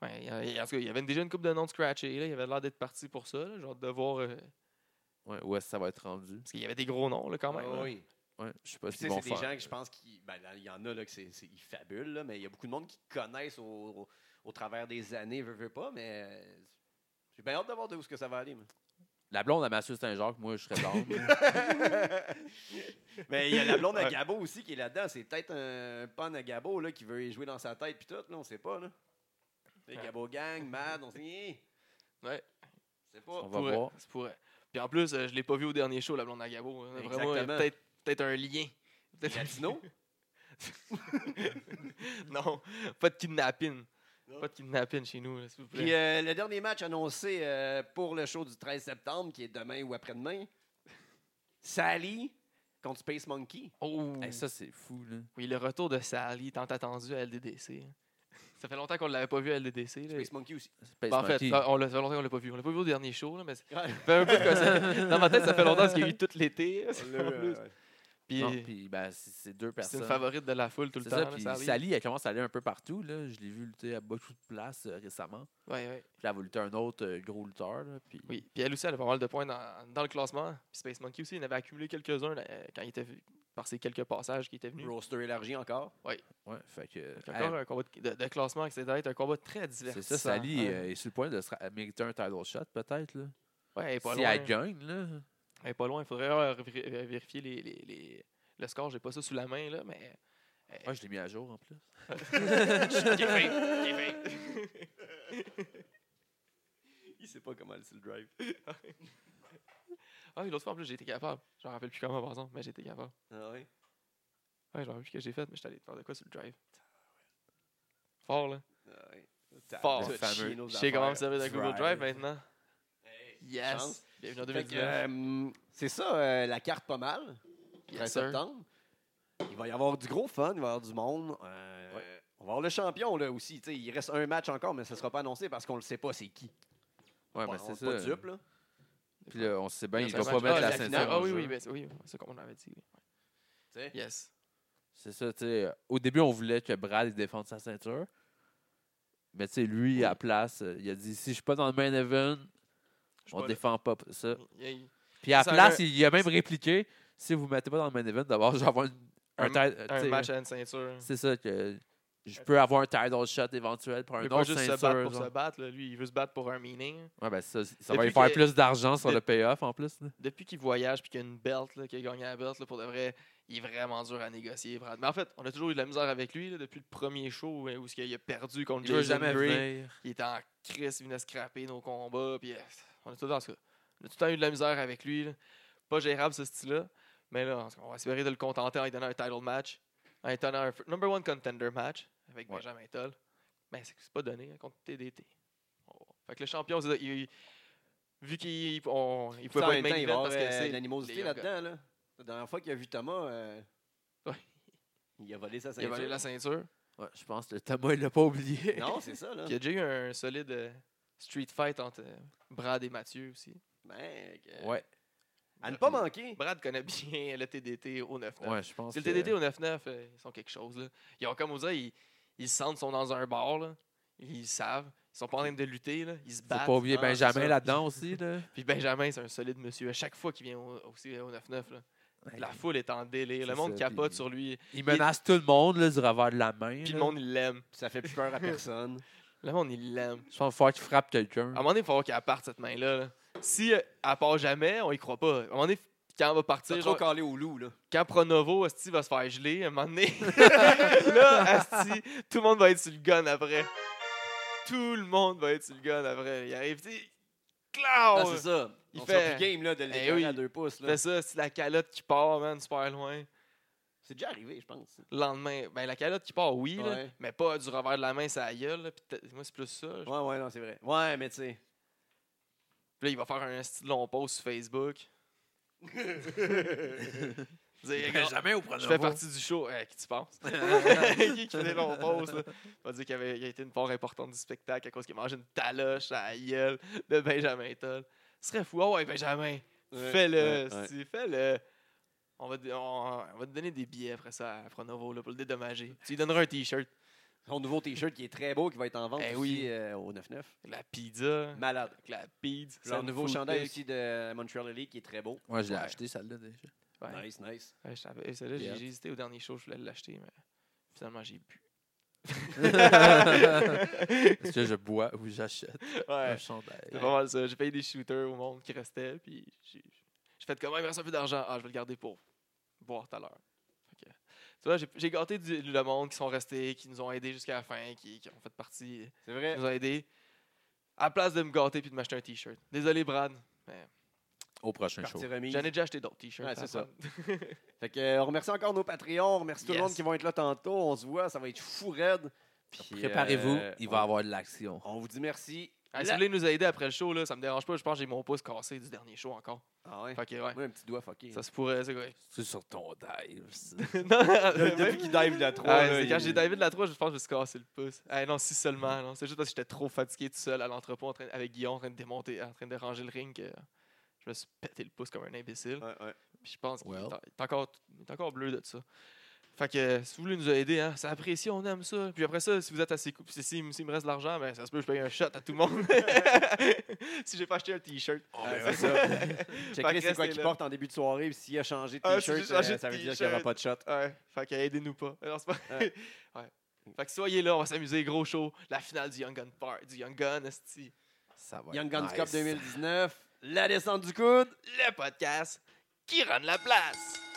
Speaker 2: Ouais, il y a- en tout cas, il y avait déjà une coupe de noms de scratchés. Là. Il avait l'air d'être parti pour ça. là, genre de voir. euh,
Speaker 3: ouais où est-ce que ça va être rendu?
Speaker 2: parce qu'il y avait des gros noms, là, quand même. hein.
Speaker 1: Ah
Speaker 2: là.
Speaker 1: oui.
Speaker 3: Ouais, je sais pas
Speaker 1: Puis, tu
Speaker 3: ce qu'ils
Speaker 1: sais,
Speaker 3: vont
Speaker 1: c'est des
Speaker 3: faire.
Speaker 1: gens que je pense qui. ben, là, il y en a là, que c'est, c'est- ils fabulent, là, mais il y a beaucoup de monde qui connaissent au, au, au travers des années, veut, veut pas, mais euh, j'ai bien hâte de voir de où ce que ça va aller. moi.
Speaker 3: La blonde à Mathieu Saint-Jacques, moi, je serais down.
Speaker 1: mais il y a la blonde à
Speaker 2: Ouais.
Speaker 1: Gabo aussi qui est là-dedans. C'est peut-être un pan à Gabo là, qui veut y jouer dans sa tête, puis tout, là, on sait pas. Là. Tu sais,
Speaker 2: Ouais.
Speaker 1: Gabo Gang, Mad, on sait. Hey!
Speaker 2: Ouais.
Speaker 1: C'est pas.
Speaker 3: On va
Speaker 2: Pourrait,
Speaker 3: voir.
Speaker 2: ça pourrait. Puis en plus, euh, je l'ai pas vu au dernier show, la blonde à Gabo. hein. Vraiment, il y a
Speaker 1: Exactement.
Speaker 2: peut-être peut-être un lien. Peut-être
Speaker 1: Latino?
Speaker 2: non, pas de kidnapping.
Speaker 1: Non.
Speaker 2: Pas de kidnapping chez nous, là, s'il vous plaît.
Speaker 1: Puis euh, le dernier match annoncé euh, pour le show du 13 septembre, qui est demain ou après-demain, Sally contre Space Monkey.
Speaker 2: Oh,
Speaker 3: Hey, ça, c'est fou, là.
Speaker 2: oui, le retour de Sally, tant attendu à LDDC. hein. Ça fait longtemps qu'on ne l'avait pas vu à LDDC. là.
Speaker 1: Space Monkey aussi.
Speaker 3: Space
Speaker 2: Ben, en fait,
Speaker 3: Monkey.
Speaker 2: ça, on l'a- ça fait longtemps qu'on l'a pas vu. On l'a pas vu au dernier show, là, mais ça
Speaker 1: Ouais.
Speaker 2: fait un peu comme ça. Dans ma tête, ça fait longtemps parce qu'il y a eu tout l'été.
Speaker 1: On
Speaker 2: en
Speaker 1: l'a, euh,
Speaker 2: plus.
Speaker 1: ouais.
Speaker 2: Puis,
Speaker 3: Non, puis, ben, c'est c'est deux
Speaker 2: c'est
Speaker 3: personnes.
Speaker 2: une favorite de la foule tout le
Speaker 3: C'est
Speaker 2: temps.
Speaker 3: ça,
Speaker 2: là,
Speaker 3: puis
Speaker 2: Sally.
Speaker 3: Sally, elle commence à aller un peu partout. Là. Je l'ai vu lutter à beaucoup de places euh, récemment.
Speaker 2: Ouais, ouais.
Speaker 3: Puis là, elle va lutter un autre euh, gros lutteur. là, puis...
Speaker 2: Oui, puis elle aussi, elle a pas mal de points dans, dans le classement. Puis Space Monkey aussi, il en avait accumulé quelques-uns là, euh, quand il était vu- par ses quelques passages qui étaient venus.
Speaker 1: Roster élargi encore.
Speaker 3: Ouais, fait que,
Speaker 2: Fait Encore un combat de, de- de classement qui s'est d'être un combat très
Speaker 3: elle-
Speaker 2: divertissant.
Speaker 3: c'est ça, Sally
Speaker 2: Ouais.
Speaker 3: euh, est sur le point de se ra- elle mériter un title shot, peut-être. Là.
Speaker 2: Ouais, elle est pas
Speaker 3: si
Speaker 2: loin.
Speaker 3: elle gagne, là.
Speaker 2: Elle est pas loin. Il faudrait euh, vér- euh, vérifier les, les, les- le score. J'ai pas ça sous la main, là, mais.
Speaker 3: Ah, je l'ai mis à jour en plus.
Speaker 2: J'ai fait, j'ai fait.
Speaker 1: Il sait pas comment c'est le drive.
Speaker 2: Ah oui, l'autre fois, en plus, j'ai été capable. Je me rappelle plus comment, par exemple, mais j'ai été capable.
Speaker 1: Ah ouais.
Speaker 2: Ouais, je me rappelle plus ce que j'ai fait, mais j'étais allé faire de quoi sur le drive. Fort, là.
Speaker 1: Ah ouais. T'as-
Speaker 2: Fort.
Speaker 1: t'as
Speaker 3: Le
Speaker 1: chié
Speaker 3: fameux.
Speaker 1: nos
Speaker 2: Je sais comment me
Speaker 1: affaires.
Speaker 2: servir de Google Drive
Speaker 3: Drive.
Speaker 2: maintenant.
Speaker 1: Hey.
Speaker 2: Yes!
Speaker 1: Chance.
Speaker 2: Bienvenue en
Speaker 1: Fait que,
Speaker 2: 2019.
Speaker 1: euh, C'est ça, euh, la carte pas mal. 13
Speaker 2: Yes, sir.
Speaker 1: septembre. Il va y avoir du gros fun, il va y avoir du monde. Euh, On va avoir le champion là aussi. Tu sais, il reste un match encore, mais ça ne sera pas annoncé parce qu'on ne le sait pas c'est qui.
Speaker 3: Ouais,
Speaker 1: On- on
Speaker 3: mais c'est
Speaker 1: est pas
Speaker 3: ça.
Speaker 1: dupe, là.
Speaker 3: Puis là, on sait bien,
Speaker 2: Yes,
Speaker 3: Ben,
Speaker 2: sir.
Speaker 3: il va
Speaker 2: Ah,
Speaker 3: pas mettre la
Speaker 1: la finale.
Speaker 3: ceinture.
Speaker 2: Ah
Speaker 3: en
Speaker 2: oui,
Speaker 3: jeu.
Speaker 2: oui, ben, c'est- oui, c'est comme on l'avait dit. oui.
Speaker 1: Tu sais.
Speaker 2: Yes.
Speaker 3: C'est ça, tu sais. euh, Au début, on voulait que Brad il défende sa ceinture. Mais tu sais, lui, à la place, euh, il a dit si je suis pas dans le main event, on défend pas p- ça.
Speaker 2: Yay.
Speaker 3: Puis à la
Speaker 2: Ça
Speaker 3: place,
Speaker 2: aurait-
Speaker 3: il a même répliqué si vous ne mettez pas dans le main event, d'abord, je vais avoir une- un,
Speaker 2: Un-
Speaker 3: tit- euh,
Speaker 2: Un
Speaker 3: t'sais,
Speaker 2: match à une ceinture.
Speaker 3: C'est ça que je peux avoir un title shot éventuel pour
Speaker 2: Il
Speaker 3: un
Speaker 2: veut
Speaker 3: autre
Speaker 2: pas juste se battre
Speaker 3: ceinture.
Speaker 2: pour se
Speaker 3: genre.
Speaker 2: battre. là. Lui, il veut se battre pour un meaning.
Speaker 3: Ouais, ben ça, ça va
Speaker 2: Depuis
Speaker 3: lui faire
Speaker 2: que-
Speaker 3: plus d'argent sur
Speaker 2: de-
Speaker 3: le payoff en plus. là.
Speaker 2: Depuis qu'il voyage puis qu'il y a une belt, là, qu'il a gagné la belt, là, pour de vrai, il est vraiment dur à négocier. Brad. Mais en fait, on a toujours eu de la misère avec lui là, depuis le premier show hein, où il a perdu contre
Speaker 3: Il veut
Speaker 2: Jason
Speaker 3: jamais
Speaker 2: Gray.
Speaker 3: venir.
Speaker 2: Il était en crise, il venait scraper nos combats. Puis, euh, on a tout dans ce cas. On a tout le temps eu de la misère avec lui. là. Pas gérable ce style-là. Mais là, en tout cas, on va espérer de le contenter en lui donnant un title match, en lui donnant un f- number one contender match avec
Speaker 3: Ouais.
Speaker 2: Benjamin Toll. Mais c'est que c'est pas donné hein, contre TDT. Oh. Fait que le champion, c'est ça, il- vu qu'il on- il pouvait
Speaker 1: En
Speaker 2: pas
Speaker 1: même
Speaker 2: être
Speaker 1: temps, il
Speaker 2: main
Speaker 1: va y
Speaker 2: event
Speaker 1: avoir
Speaker 2: parce que
Speaker 1: euh,
Speaker 2: c'est
Speaker 1: de l'animosité
Speaker 2: les young guys.
Speaker 1: là-dedans. Là. La dernière fois qu'il a vu Thomas, euh,
Speaker 2: Ouais.
Speaker 1: il a volé sa
Speaker 2: Il a
Speaker 1: ceinture.
Speaker 2: volé la ceinture.
Speaker 3: Ouais, je pense que Thomas, il l'a pas oublié.
Speaker 1: Non, c'est ça. Là.
Speaker 2: Puis il y a déjà eu un solide euh, street fight entre euh, Brad et Mathieu aussi.
Speaker 1: Ben, que-
Speaker 3: Ouais,
Speaker 1: À ne pas manquer.
Speaker 2: Brad connaît bien le TDT au 9
Speaker 3: ouais, je pense.
Speaker 2: C'est le
Speaker 3: que-
Speaker 2: TDT au 9-9, euh, ils sont quelque chose. Là. Ils ont, comme on dirait, ils, ils se sentent, ils sont dans un bar, là. ils savent, ils sont pas en train de lutter, là. ils se
Speaker 3: Faut
Speaker 2: battent.
Speaker 3: pas oublier
Speaker 1: Ah, c'est
Speaker 3: Benjamin
Speaker 1: ça.
Speaker 3: là-dedans aussi. Là.
Speaker 2: Puis Benjamin, c'est un solide monsieur. À chaque fois qu'il vient au- aussi euh, au 9-9, là, la foule est en délire. Le
Speaker 3: C'est
Speaker 2: monde
Speaker 3: ça,
Speaker 2: capote
Speaker 3: puis-
Speaker 2: sur lui,
Speaker 3: Il menace tout le monde là, du revers de la main.
Speaker 2: puis le
Speaker 3: là.
Speaker 2: monde, il l'aime.
Speaker 1: Ça fait plus peur à personne.
Speaker 2: Le monde, il l'aime.
Speaker 3: Je pense qu'il faut qu'il frappe
Speaker 2: À
Speaker 3: quelqu'un.
Speaker 2: un moment donné, il faut voir qu'elle parte, cette main-là. là. Si euh, elle part jamais, on y croit pas. À un moment donné, quand elle va
Speaker 1: C'est
Speaker 2: partir,
Speaker 1: trop
Speaker 2: genre,
Speaker 1: calé au loup. Là.
Speaker 2: quand Pronovo, Asti va se faire geler, à un moment donné, là, Asti, tout le monde va être sur le gun après. Tout le monde va être sur le gun après. Il arrive, tu sais,
Speaker 1: Ah,
Speaker 2: clown!
Speaker 1: c'est ça.
Speaker 2: Il
Speaker 1: On
Speaker 2: fait-
Speaker 1: sera plus game là, de l'écœurer
Speaker 2: oui.
Speaker 1: à deux pouces. là.
Speaker 2: Fais ça, c'est la calotte qui part, man, super loin.
Speaker 1: C'est déjà arrivé, je pense.
Speaker 2: Le lendemain, ben la calotte qui part, oui, là,
Speaker 1: Ouais.
Speaker 2: mais pas du revers de la main, ça gueule. là, puis peut-être- moi, c'est plus ça. là.
Speaker 1: Ouais, ouais, non, c'est vrai. Ouais, mais tu sais.
Speaker 2: Puis là, il va faire un esti de long post sur Facebook. Dire,
Speaker 1: Ben,
Speaker 4: Mais
Speaker 2: gars,
Speaker 4: jamais au pronom.
Speaker 2: je fais partie du show. Eh, qui tu penses? qui qui faisait longue pause, là? On va dire qu'il avait, il a été une part importante du spectacle à cause qu'il mangeait une taloche à la gueule de Benjamin Toll. Ce serait fou. Ah ouais, Benjamin,
Speaker 1: Ouais,
Speaker 2: fais-le,
Speaker 3: ouais, ouais.
Speaker 2: si, fais-le. On va, te- on, on va te donner des billets après ça à Pronovo là, pour le dédommager. Tu lui donneras un t-shirt.
Speaker 1: Son nouveau T-shirt qui est très beau, qui va être en vente
Speaker 2: Eh
Speaker 1: aussi,
Speaker 2: oui.
Speaker 1: euh, au 9-9.
Speaker 2: La pizza,
Speaker 1: Malade.
Speaker 2: avec la pizza.
Speaker 1: Leur
Speaker 2: Sam
Speaker 1: nouveau
Speaker 2: Food
Speaker 1: chandail
Speaker 2: Pick.
Speaker 1: aussi de Montreal Elite qui est très beau.
Speaker 3: Moi, je l'ai
Speaker 2: Ouais.
Speaker 3: acheté, celle-là, déjà.
Speaker 2: Ouais.
Speaker 1: Nice, nice.
Speaker 2: Ouais, je savais- et celle-là,
Speaker 3: Yeah.
Speaker 2: j'ai j'ai hésité au dernier show, je voulais l'acheter, mais finalement, j'ai bu.
Speaker 3: Est-ce que je bois ou j'achète un
Speaker 2: ouais,
Speaker 3: chandail?
Speaker 2: c'est pas mal ça. J'ai payé des shooters au monde qui restait, puis j'ai j'ai fait comment il me reste un peu d'argent. Ah, je vais le garder pour boire tout à l'heure. Fait que, Tu vois, j'ai- j'ai gâté du- le monde qui sont restés, qui nous ont aidés jusqu'à la fin, qui, qui ont fait partie,
Speaker 1: C'est
Speaker 2: qui
Speaker 1: vrai.
Speaker 2: nous ont aidés. À la place de me gâter puis de m'acheter un t-shirt. Désolé, Brad.
Speaker 3: Au prochain show.
Speaker 1: Partie remise.
Speaker 2: J'en ai déjà acheté d'autres t-shirts.
Speaker 1: Ouais, c'est ça.
Speaker 2: à prendre.
Speaker 1: Fait que, euh, on remercie encore nos Patreons. On remercie tout le
Speaker 2: Yes.
Speaker 1: monde qui vont être là tantôt. On se voit. Ça va être fou raide. Puis,
Speaker 3: Préparez-vous,
Speaker 1: euh,
Speaker 3: il
Speaker 1: on-
Speaker 3: va y avoir de l'action.
Speaker 1: On vous dit merci.
Speaker 2: Hey, Ah, si
Speaker 1: La-
Speaker 2: vous voulez nous aider après le show, là, ça me dérange pas. Je pense que j'ai mon pouce cassé du dernier show encore.
Speaker 1: Ah ouais.
Speaker 2: Fait que, ouais,
Speaker 1: Moi, un petit doigt fucké. hein.
Speaker 2: ça se pourrait. c'est vrai.
Speaker 3: C'est sur ton dive. ça.
Speaker 2: Non,
Speaker 1: Depuis qu'il dive la 3.
Speaker 2: Ah, c'est quand j'ai David la 3, je pense que je me suis cassé le pouce. Ah, non, si seulement. non. C'est juste parce que j'étais trop fatigué tout seul à l'entrepôt en train- avec Guillaume en train de démonter, en train de ranger le ring que je me suis pété le pouce comme un imbécile. Puis je pense qu'il
Speaker 3: Well.
Speaker 2: est en- il est encore, il est encore bleu de ça. Fait que si vous voulez nous aider, hein, ça apprécie, on aime ça. Puis après ça, si vous êtes assez cool, si, si, s'il me reste de l'argent, ben, ça se peut que je paye un shot à tout le monde. si j'ai pas acheté un t-shirt.
Speaker 3: Oh,
Speaker 1: c'est ça. Checker c'est quoi
Speaker 2: restez
Speaker 1: qu'il
Speaker 2: là.
Speaker 1: porte en début de soirée. puis S'il a changé de
Speaker 2: Ah,
Speaker 1: t-shirt,
Speaker 2: s'il a changé
Speaker 1: euh,
Speaker 2: de
Speaker 1: ça veut dire qu'il n'y aura
Speaker 2: t-shirt.
Speaker 1: pas de shot.
Speaker 2: Ouais, fait que aidez-nous pas. Non, c'est pas-
Speaker 1: Ouais.
Speaker 2: Ouais. Fait que soyez là, on va s'amuser, gros show. La finale du Young Gun Park, du Young Gun, esti.
Speaker 3: Ça va
Speaker 1: Young
Speaker 3: être
Speaker 1: Guns
Speaker 3: nice.
Speaker 1: Cup 2019. La descente du coude.
Speaker 2: Le podcast qui rend la place.